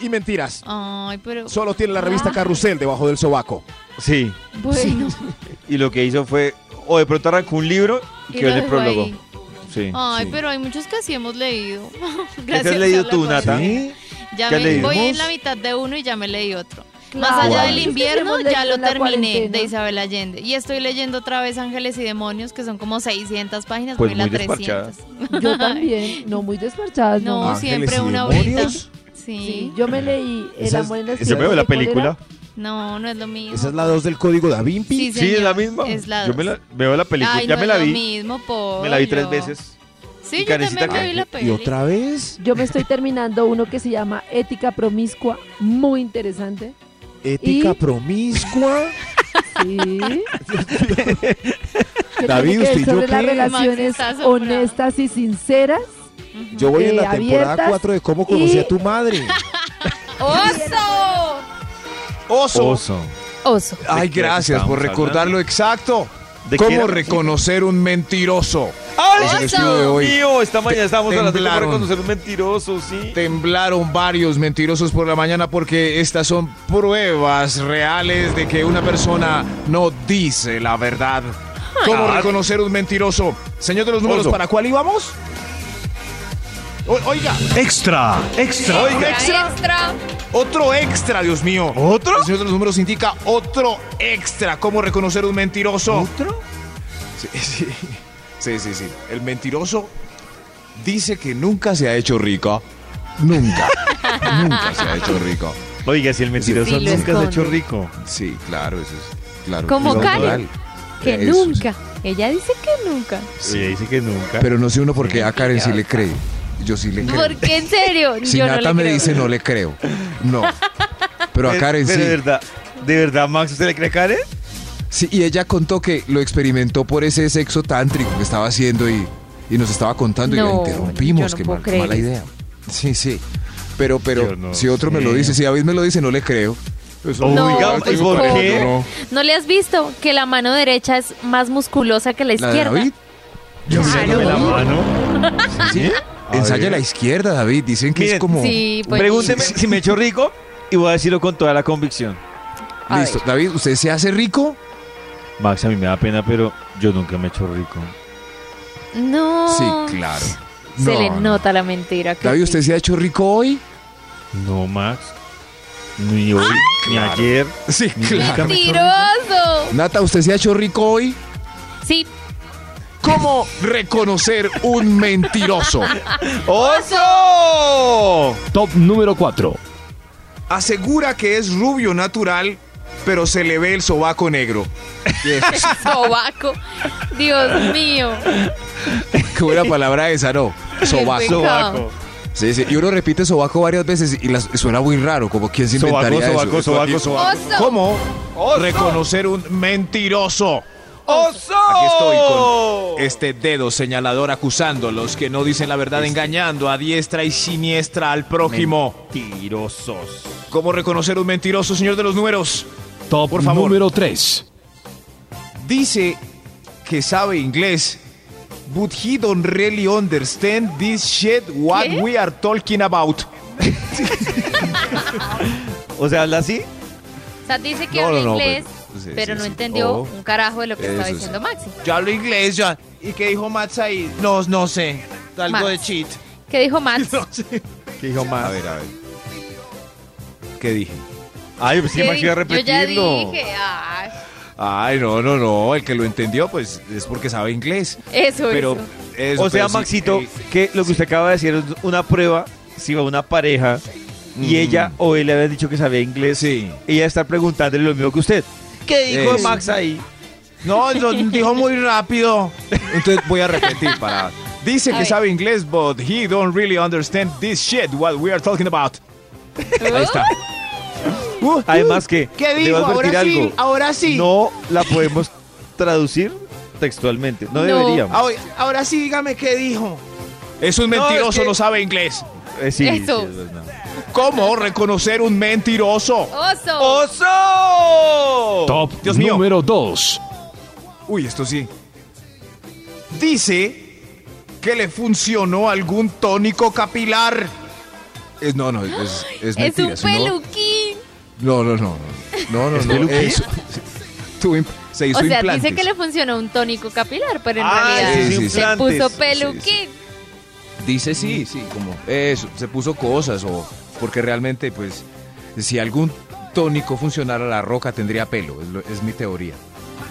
Speaker 9: Y mentiras.
Speaker 7: Ay, pero
Speaker 9: Solo tiene la
Speaker 7: Ah.
Speaker 9: revista Carrusel debajo del sobaco.
Speaker 3: Sí,
Speaker 7: bueno.
Speaker 3: y lo que hizo fue, o de pronto arrancó un libro y
Speaker 7: y
Speaker 3: quedó
Speaker 7: lo
Speaker 3: en el
Speaker 7: dejó
Speaker 3: prólogo.
Speaker 7: ahí.
Speaker 3: Sí.
Speaker 7: Ay, pero hay muchos que sí hemos leído.
Speaker 3: ¿Qué
Speaker 7: Gracias.
Speaker 3: te has
Speaker 7: a
Speaker 3: leído
Speaker 7: la
Speaker 3: tú,
Speaker 7: cuarentena.
Speaker 3: Nata?
Speaker 7: Ya
Speaker 3: ¿Qué
Speaker 7: me
Speaker 3: leímos?
Speaker 7: voy en la mitad de uno y ya me leí otro.
Speaker 5: Claro.
Speaker 7: Más allá
Speaker 4: ¿Cuál?
Speaker 7: del
Speaker 5: Es que
Speaker 7: invierno
Speaker 5: sí hemos
Speaker 7: ya
Speaker 5: leído
Speaker 7: lo
Speaker 5: en la
Speaker 7: terminé
Speaker 5: cuarentena.
Speaker 7: de Isabel Allende y estoy leyendo otra vez Ángeles y Demonios que son como 600 páginas,
Speaker 3: Pues
Speaker 7: voy
Speaker 3: muy
Speaker 7: en la
Speaker 3: desparchada.
Speaker 7: 300.
Speaker 5: Yo también, no muy desparchadas.
Speaker 7: No,
Speaker 5: No,
Speaker 9: Ángeles
Speaker 7: siempre
Speaker 9: y
Speaker 7: una horita.
Speaker 9: Demonios.
Speaker 5: Sí,
Speaker 7: Sí.
Speaker 5: yo me leí El
Speaker 4: Esas-
Speaker 5: amor en las
Speaker 3: Yo veo la película.
Speaker 7: No, no es lo mismo.
Speaker 9: Esa es la dos del código da Vinci.
Speaker 7: Sí,
Speaker 3: Sí, es la
Speaker 7: señor,
Speaker 3: misma.
Speaker 7: Es la
Speaker 3: Yo me
Speaker 7: dos.
Speaker 3: la, veo la película,
Speaker 7: Ay,
Speaker 3: ya
Speaker 7: no
Speaker 3: me
Speaker 7: es
Speaker 3: la
Speaker 7: lo
Speaker 3: vi,
Speaker 7: mismo,
Speaker 3: me la vi tres
Speaker 7: Polo.
Speaker 3: veces.
Speaker 7: Sí,
Speaker 3: Y
Speaker 7: yo
Speaker 3: Karencita,
Speaker 7: también me vi la peli.
Speaker 4: Y otra vez.
Speaker 5: Yo me estoy terminando uno que se llama Ética Promiscua, muy interesante.
Speaker 9: Ética
Speaker 5: Y-
Speaker 9: promiscua.
Speaker 5: Sí. Que
Speaker 11: David,
Speaker 5: tiene que ver
Speaker 11: ¿usted y yo
Speaker 5: sobre las
Speaker 11: qué?
Speaker 6: Max
Speaker 5: relaciones
Speaker 6: está asombrado.
Speaker 5: honestas y sinceras.
Speaker 4: Yo voy en la
Speaker 5: eh,
Speaker 4: temporada
Speaker 5: abiertas
Speaker 4: 4 de cómo conocí
Speaker 5: y-
Speaker 4: a tu madre.
Speaker 6: ¡Oso!
Speaker 4: Oso.
Speaker 3: Oso.
Speaker 7: Oso.
Speaker 4: Ay,
Speaker 3: ¿De qué
Speaker 4: gracias
Speaker 3: estábamos
Speaker 4: por recordarlo
Speaker 3: hablando?
Speaker 4: exacto.
Speaker 3: ¿De qué
Speaker 4: ¿Cómo
Speaker 3: era?
Speaker 4: reconocer un mentiroso?
Speaker 3: ¡Ay,
Speaker 4: Es el estudio de
Speaker 3: Dios
Speaker 4: hoy.
Speaker 3: mío! Esta mañana estábamos hablando de cómo
Speaker 4: Temblaron.
Speaker 3: reconocer un mentiroso, sí.
Speaker 4: Temblaron varios mentirosos por la mañana porque estas son pruebas reales de que una persona no dice la verdad. ¿Cómo reconocer un mentiroso? Señor de los números,
Speaker 3: Oso.
Speaker 4: ¿para cuál íbamos? O- oiga,
Speaker 9: Extra, extra.
Speaker 4: Oiga. ¿Extra?
Speaker 6: extra.
Speaker 4: otro extra, Dios mío.
Speaker 3: Oh.
Speaker 9: ¿Otro?
Speaker 4: El señor de los números indica otro extra. ¿Cómo reconocer un mentiroso?
Speaker 9: ¿Otro?
Speaker 4: Sí, sí, sí, sí, sí. El mentiroso dice que nunca se ha hecho rico. Nunca. nunca se ha hecho rico.
Speaker 3: Oiga, si el mentiroso
Speaker 7: Sí, lo
Speaker 3: nunca se ha hecho
Speaker 7: esconde.
Speaker 3: rico.
Speaker 4: Sí, claro, eso es. Claro,
Speaker 7: Como
Speaker 4: eso es
Speaker 7: Karen,
Speaker 4: moral.
Speaker 7: Que
Speaker 4: Eso es.
Speaker 7: nunca. Ella dice que nunca.
Speaker 3: Sí. dice que nunca.
Speaker 4: Pero no sé uno por qué a Karen sí le cree. Yo sí le creo.
Speaker 7: Porque en serio,
Speaker 4: Si
Speaker 7: yo
Speaker 4: Nata
Speaker 7: no le
Speaker 4: me
Speaker 7: creo.
Speaker 4: dice no le creo. No. Pero a
Speaker 3: Pero-
Speaker 4: Karen
Speaker 3: pero
Speaker 4: sí.
Speaker 3: de verdad, ¿de verdad, Max, usted le cree a Karen?
Speaker 4: Sí, y ella contó que lo experimentó por ese sexo tántrico que estaba haciendo y, y nos estaba contando y la
Speaker 7: No,
Speaker 4: interrumpimos.
Speaker 7: yo no
Speaker 4: qué
Speaker 7: puedo
Speaker 4: mal-
Speaker 7: creer
Speaker 4: mala
Speaker 7: eso.
Speaker 4: idea. Sí, sí. Pero, pero,
Speaker 3: Yo no
Speaker 4: si otro me lo
Speaker 3: sé.
Speaker 4: dice, si David me lo dice, no le creo.
Speaker 7: No,
Speaker 3: Oiga, pues, ¿por
Speaker 7: ¿cómo?
Speaker 3: qué?
Speaker 7: ¿No le has visto que la mano derecha es más musculosa que la
Speaker 4: ¿La de
Speaker 7: izquierda?
Speaker 4: David?
Speaker 3: Yo mirándome la mano.
Speaker 4: Sí. Ensaya
Speaker 3: ver.
Speaker 4: la izquierda, David. Dicen que
Speaker 3: Miren,
Speaker 4: es como.
Speaker 7: Sí, pues.
Speaker 3: Pregúnteme si me he hecho rico y voy a decirlo con toda la convicción.
Speaker 7: A
Speaker 4: Listo. David, ¿usted se hace rico?
Speaker 3: Max, a mí me da pena, pero yo nunca me he hecho rico.
Speaker 7: No.
Speaker 4: Sí, claro.
Speaker 7: Se
Speaker 4: No,
Speaker 7: le
Speaker 4: no.
Speaker 7: nota la mentira. qué
Speaker 4: David, ¿usted
Speaker 7: horrible.
Speaker 4: se ha hecho rico hoy?
Speaker 3: No, Max. Ni hoy,
Speaker 7: Ah,
Speaker 3: ni ayer.
Speaker 4: Sí,
Speaker 3: ni nunca me he hecho rico.
Speaker 7: ¡Mentiroso!
Speaker 4: Nata, ¿usted se ha hecho rico hoy?
Speaker 7: Sí.
Speaker 4: ¿Cómo reconocer un mentiroso?
Speaker 3: ¡Oso!
Speaker 9: Top número 4.
Speaker 4: Asegura que es rubio natural, pero se le ve el sobaco negro.
Speaker 7: Sobaco. Dios mío.
Speaker 4: Qué buena palabra esa, ¿no? Sobaco.
Speaker 3: Sobaco.
Speaker 4: Sí, sí. Y uno repite sobaco varias veces y las- suena muy raro, como quién se
Speaker 3: Sobaco,
Speaker 4: inventaría
Speaker 3: sobaco,
Speaker 4: eso.
Speaker 3: sobaco, sobaco.
Speaker 7: Oso.
Speaker 4: ¿Cómo reconocer un mentiroso?
Speaker 3: ¡Oso!
Speaker 4: Aquí estoy
Speaker 7: ¡Oh!
Speaker 4: con este dedo señalador acusando a los que no dicen la verdad, engañando a diestra y siniestra al prójimo.
Speaker 3: Mentirosos.
Speaker 4: ¿Cómo reconocer un mentiroso, señor de los números?
Speaker 9: Top
Speaker 4: Por favor.
Speaker 9: número 3.
Speaker 4: Dice que sabe inglés. But he don't really understand this shit what
Speaker 6: ¿Qué?
Speaker 4: we are talking about.
Speaker 3: O sea, habla así.
Speaker 7: O sea, dice que
Speaker 4: No,
Speaker 7: habla
Speaker 4: no, no,
Speaker 7: inglés,
Speaker 4: pues, sí,
Speaker 7: pero
Speaker 4: sí,
Speaker 7: no
Speaker 4: sí.
Speaker 7: entendió
Speaker 4: Oh.
Speaker 7: un carajo de lo que estaba
Speaker 4: Eso sí.
Speaker 7: diciendo Maxi.
Speaker 4: Yo hablo inglés, yo. ¿Y qué dijo Max ahí? No, no sé.
Speaker 7: Max. de
Speaker 4: cheat.
Speaker 7: ¿Qué dijo Max?
Speaker 3: ¿Qué dijo
Speaker 4: A
Speaker 3: Max?
Speaker 4: ver, a ver. ¿Qué dije?
Speaker 3: Ay, pues que
Speaker 7: ¿Qué
Speaker 3: Max iba
Speaker 7: dijo? Yo ya
Speaker 3: repitiendo.
Speaker 7: dije. ay,
Speaker 4: Ay, no, no, no. El que lo entendió, pues es porque sabe inglés.
Speaker 7: eso,
Speaker 4: Pero.
Speaker 7: eso.
Speaker 4: eso,
Speaker 3: O sea,
Speaker 4: pero sí,
Speaker 3: Maxito,
Speaker 4: el-
Speaker 3: que lo que usted acaba de decir es una prueba, si va una pareja y
Speaker 4: Mm.
Speaker 3: ella o él le había dicho que sabía inglés,
Speaker 4: Sí.
Speaker 3: ella está preguntándole lo mismo que usted. Eh, ¿Qué dijo
Speaker 4: Eso.
Speaker 3: Max ahí?
Speaker 4: No, lo dijo muy rápido. Entonces voy a repetir para. Dice
Speaker 7: A
Speaker 4: que
Speaker 7: ver.
Speaker 4: sabe inglés, but he don't really understand this shit what we are talking about. Ahí está. Uh,
Speaker 3: Además que
Speaker 12: ¿Qué
Speaker 3: le
Speaker 12: dijo?
Speaker 3: voy a advertir
Speaker 12: Ahora sí,
Speaker 3: algo.
Speaker 12: ahora sí.
Speaker 3: No la podemos traducir textualmente. No,
Speaker 7: No.
Speaker 3: deberíamos.
Speaker 4: Ah,
Speaker 12: Ahora, Ah, ahora sí, dígame qué dijo.
Speaker 4: es un
Speaker 3: No,
Speaker 4: mentiroso, no,
Speaker 3: es que-
Speaker 4: sabe inglés.
Speaker 3: Eh, sí,
Speaker 7: Eso.
Speaker 3: sí, es verdad.
Speaker 4: ¿Cómo reconocer un mentiroso?
Speaker 7: Oso.
Speaker 4: Oh,
Speaker 3: ¡Oso!
Speaker 9: Top
Speaker 4: Dios mío.
Speaker 9: número 2.
Speaker 4: Uy, esto sí. Dice que le funcionó algún tónico capilar. Es- no, no, es, es
Speaker 7: es
Speaker 4: mentira.
Speaker 7: un
Speaker 4: eso no-
Speaker 7: peluquín.
Speaker 4: No, no, no. No, no, no. no, eso- tu imp- se hizo
Speaker 7: O sea,
Speaker 4: implantes.
Speaker 7: dice que le funcionó un tónico capilar, pero en
Speaker 3: Ah,
Speaker 7: realidad
Speaker 4: sí, sí,
Speaker 7: se
Speaker 3: implantes.
Speaker 7: puso
Speaker 3: Sí, sí,
Speaker 7: peluquín.
Speaker 4: Dice sí, sí, como eso, se puso cosas o porque realmente pues si algún tónico funcionara la roca tendría pelo, es, lo- es mi teoría.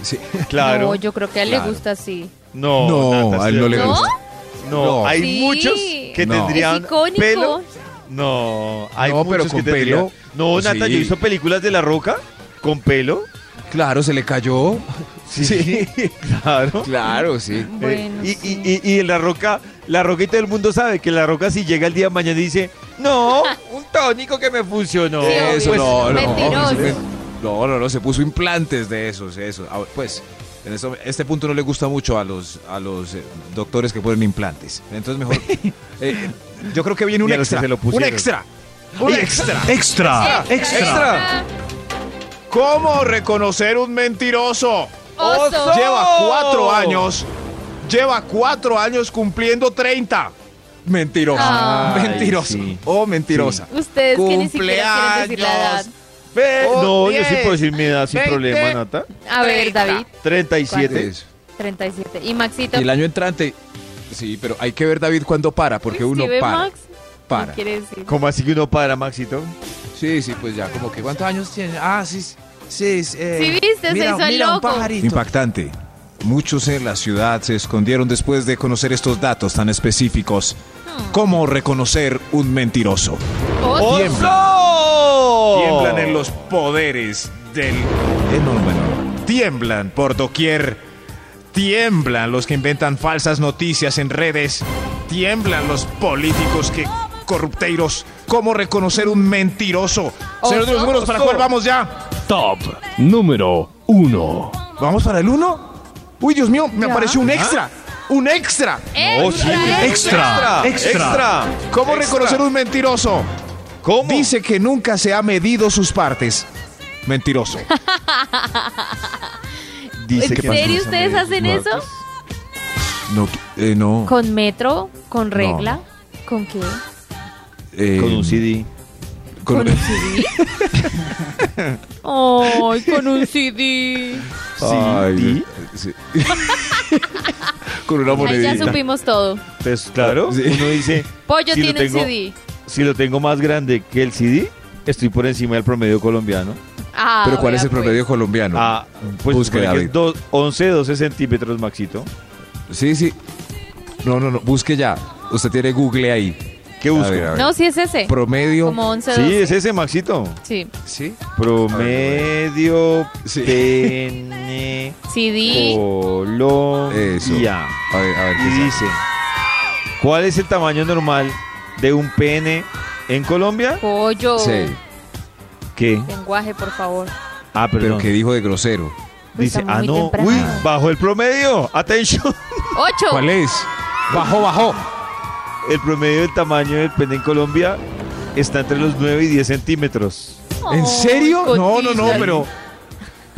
Speaker 4: Sí.
Speaker 3: Claro.
Speaker 7: No, yo creo que a él
Speaker 4: Claro.
Speaker 7: le gusta así.
Speaker 3: No,
Speaker 4: No,
Speaker 3: Nata,
Speaker 4: a él no
Speaker 3: estoy
Speaker 4: le
Speaker 3: de
Speaker 7: ¿No?
Speaker 3: acuerdo.
Speaker 4: gusta.
Speaker 3: No,
Speaker 4: No.
Speaker 3: hay
Speaker 7: Sí.
Speaker 3: muchos que
Speaker 4: No.
Speaker 3: tendrían
Speaker 7: Es icónico.
Speaker 3: pelo. No, hay
Speaker 4: No,
Speaker 3: muchos
Speaker 4: pero con
Speaker 3: que tendrían-
Speaker 4: pelo,
Speaker 3: No, Nata,
Speaker 4: sí.
Speaker 3: yo he visto películas de La Roca con pelo.
Speaker 4: Claro, se le cayó.
Speaker 3: Sí, claro.
Speaker 4: Claro, sí.
Speaker 7: Bueno,
Speaker 3: Eh, y,
Speaker 7: sí.
Speaker 3: y, y- y en La Roca, La Roca y todo el mundo sabe que La Roca si llega el día de mañana y dice, no, un tónico que me funcionó.
Speaker 7: Sí, obvio.
Speaker 4: Eso no, no.
Speaker 7: Mentiroso.
Speaker 4: men- No, no, no, se puso implantes de esos, eso. Pues, en eso- este punto no le gusta mucho a los, a los eh, doctores que ponen implantes. Entonces mejor... eh, yo creo que viene un
Speaker 3: Y a los que
Speaker 4: extra.
Speaker 3: se lo
Speaker 4: un
Speaker 3: pusieron.
Speaker 4: extra. Un extra.
Speaker 9: Extra. Extra.
Speaker 4: Extra. ¿Cómo reconocer un mentiroso?
Speaker 13: Oso.
Speaker 4: Lleva cuatro años. Lleva cuatro años cumpliendo 30. Mentiroso.
Speaker 7: Ah.
Speaker 4: mentiroso. O mentirosa.
Speaker 7: Ustedes que ni siquiera quieren decir la edad.
Speaker 4: Cumpleaños.
Speaker 7: Oh,
Speaker 3: No, yo sí
Speaker 4: diez,
Speaker 3: puedo decir mi edad sin problema, Nata.
Speaker 7: A ver, David,
Speaker 3: 37.
Speaker 4: Es-
Speaker 7: 37. ¿Y Maxito?
Speaker 4: Y el año entrante. Sí, pero hay que ver, David, cuando para, porque uno
Speaker 7: ¿Sí ve
Speaker 4: para.
Speaker 7: Max?
Speaker 4: Para.
Speaker 7: ¿Qué quiere decir?
Speaker 3: ¿Cómo así que uno para, Maxito?
Speaker 4: Sí, sí, pues ya, como que ¿cuántos años tiene? Ah, sí, sí, sí. eh,
Speaker 14: Sí, viste, se hizo el
Speaker 4: un
Speaker 14: loco.
Speaker 4: pajarito. Impactante. Muchos en la ciudad se escondieron después de conocer estos datos tan específicos.
Speaker 7: Ah. Hmm.
Speaker 4: ¿Cómo reconocer un mentiroso?
Speaker 14: Oso.
Speaker 4: Tiemblan
Speaker 3: Oh.
Speaker 4: en los poderes del enómeno. Tiemblan por doquier. Tiemblan los que inventan falsas noticias en redes. Tiemblan los políticos que corrupteiros. ¿Cómo reconocer un mentiroso? Señor de los números, ¿para cuál vamos ya?
Speaker 9: Top número 1.
Speaker 4: ¿Vamos para el uno? Uy, Dios mío, me
Speaker 15: Ya.
Speaker 4: apareció un extra. Un extra.
Speaker 3: No, sí.
Speaker 9: Extra.
Speaker 3: Extra.
Speaker 4: ¿Cómo
Speaker 3: Extra. Oh.
Speaker 4: reconocer un mentiroso?
Speaker 3: ¿Cómo?
Speaker 4: Dice que nunca se ha medido sus partes. Mentiroso.
Speaker 3: Dice
Speaker 7: ¿En
Speaker 3: que
Speaker 7: serio
Speaker 3: pasamos a
Speaker 7: ustedes
Speaker 3: medir
Speaker 7: hacen
Speaker 3: sus
Speaker 7: eso?
Speaker 3: marcas.
Speaker 4: No, eh, no.
Speaker 7: ¿Con metro? ¿Con regla? ¿Con qué?
Speaker 4: eh,
Speaker 3: Con un CD.
Speaker 4: con-
Speaker 7: Ay, con un CD.
Speaker 4: Ay,
Speaker 3: CD.
Speaker 4: sí. Con una
Speaker 7: Ahí
Speaker 4: monedita.
Speaker 7: ya supimos todo.
Speaker 3: Entonces, pues, claro,
Speaker 4: Sí.
Speaker 3: uno dice,
Speaker 7: Pollo
Speaker 3: Sí, lo
Speaker 7: tiene un
Speaker 3: tengo.
Speaker 7: CD.
Speaker 3: si lo tengo más grande que el CD, estoy por encima del promedio colombiano.
Speaker 7: Ah,
Speaker 4: Pero ¿cuál
Speaker 7: vea,
Speaker 4: es el
Speaker 7: pues.
Speaker 4: promedio colombiano?
Speaker 3: Ah, pues
Speaker 4: Busque,
Speaker 3: supone que
Speaker 4: David.
Speaker 3: es dos- 11, 12 centímetros, Maxito.
Speaker 4: Sí, sí. No, no, no. Busque ya. Usted tiene Google ahí.
Speaker 3: ¿Qué
Speaker 4: A
Speaker 3: busco?
Speaker 4: ver, a ver.
Speaker 7: No, sí es ese.
Speaker 4: Promedio.
Speaker 7: Como 11,
Speaker 3: Sí,
Speaker 7: 12.
Speaker 3: es ese, Maxito.
Speaker 7: Sí.
Speaker 4: Sí.
Speaker 3: Promedio
Speaker 4: Sí. eh.
Speaker 3: pene
Speaker 7: CD.
Speaker 4: Oh. Eso.
Speaker 3: Colombia.
Speaker 4: A ver, a ver.
Speaker 3: Y
Speaker 4: ¿qué
Speaker 3: dice, ¿cuál es el tamaño normal de un pene en Colombia?
Speaker 7: Pollo.
Speaker 4: sale? Sí.
Speaker 3: ¿Qué?
Speaker 7: Lenguaje, por favor.
Speaker 3: Ah,
Speaker 4: Pero
Speaker 3: perdón.
Speaker 4: que dijo de grosero.
Speaker 7: Pues
Speaker 3: Dice,
Speaker 7: estamos
Speaker 3: ah,
Speaker 7: muy
Speaker 3: no,
Speaker 7: temprano.
Speaker 3: uy, bajo el promedio. Atención.
Speaker 7: Ocho.
Speaker 4: ¿Cuál es? Bajó, bajó.
Speaker 3: El promedio del tamaño del pene en Colombia está entre los 9 y 10 centímetros.
Speaker 4: ¿En
Speaker 7: Ay,
Speaker 4: serio? No, no, no,
Speaker 7: cotilla.
Speaker 4: pero.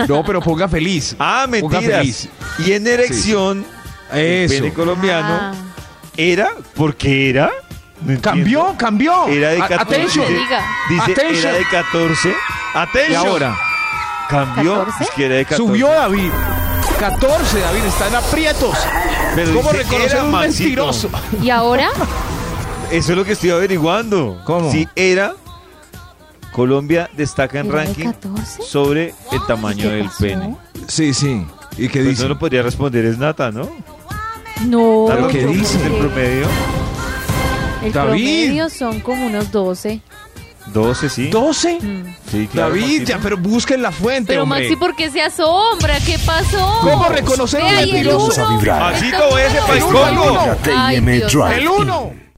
Speaker 4: No, pero ponga feliz.
Speaker 3: Ah,
Speaker 4: Ponga
Speaker 3: mentiras.
Speaker 4: feliz.
Speaker 3: Y en erección, el
Speaker 4: Eso.
Speaker 3: pene colombiano
Speaker 7: Ah,
Speaker 3: era, porque era, No entiendo.
Speaker 4: Cambió, cambió.
Speaker 3: Era de
Speaker 4: A-
Speaker 3: 14.
Speaker 4: Atención.
Speaker 7: que diga.
Speaker 3: Dice,
Speaker 4: Attention.
Speaker 3: era de 14.
Speaker 4: Y
Speaker 3: Atención.
Speaker 4: ahora.
Speaker 3: Cambió.
Speaker 7: 14?
Speaker 3: Es que era de 14.
Speaker 4: Subió David. 14, David, está en aprietos.
Speaker 3: Pero
Speaker 4: ¿Cómo
Speaker 3: dice,
Speaker 4: reconocer
Speaker 3: era
Speaker 4: un
Speaker 3: Maxito.
Speaker 4: mentiroso?
Speaker 7: ¿Y ahora?
Speaker 3: Eso es lo que estoy averiguando.
Speaker 4: ¿Cómo?
Speaker 3: Si era, Colombia destaca en
Speaker 7: ¿Era de
Speaker 3: ranking
Speaker 7: 14?
Speaker 3: sobre el tamaño
Speaker 7: ¿Qué
Speaker 3: del
Speaker 7: pasó?
Speaker 3: pene.
Speaker 4: Sí, sí. ¿Y qué
Speaker 3: Pues
Speaker 4: dice?
Speaker 3: no lo podría responder es Nata, ¿no?
Speaker 7: No.
Speaker 3: Claro,
Speaker 4: ¿qué
Speaker 7: yo
Speaker 4: dice?
Speaker 3: El
Speaker 7: creo que
Speaker 3: promedio,
Speaker 7: El
Speaker 4: David.
Speaker 7: promedio son como unos 12.
Speaker 3: 12, sí.
Speaker 4: 12.
Speaker 7: Mm.
Speaker 3: Sí, claro,
Speaker 4: David,
Speaker 3: Maxito.
Speaker 4: ya, pero busquen la fuente,
Speaker 7: Pero
Speaker 4: Este hombre.
Speaker 7: Maxi, ¿por qué se asombra? ¿Qué pasó?
Speaker 4: ¿Cómo reconocer
Speaker 7: Ve
Speaker 4: un
Speaker 7: ahí el
Speaker 4: mentiroso?
Speaker 7: uno.
Speaker 9: A vibrar.
Speaker 7: Está
Speaker 3: Maxito, ese
Speaker 7: bueno.
Speaker 3: pa'
Speaker 4: El uno, el
Speaker 3: Congo.
Speaker 4: uno.
Speaker 7: Ay,
Speaker 9: TM
Speaker 7: Dios.
Speaker 9: Drive.
Speaker 4: El uno.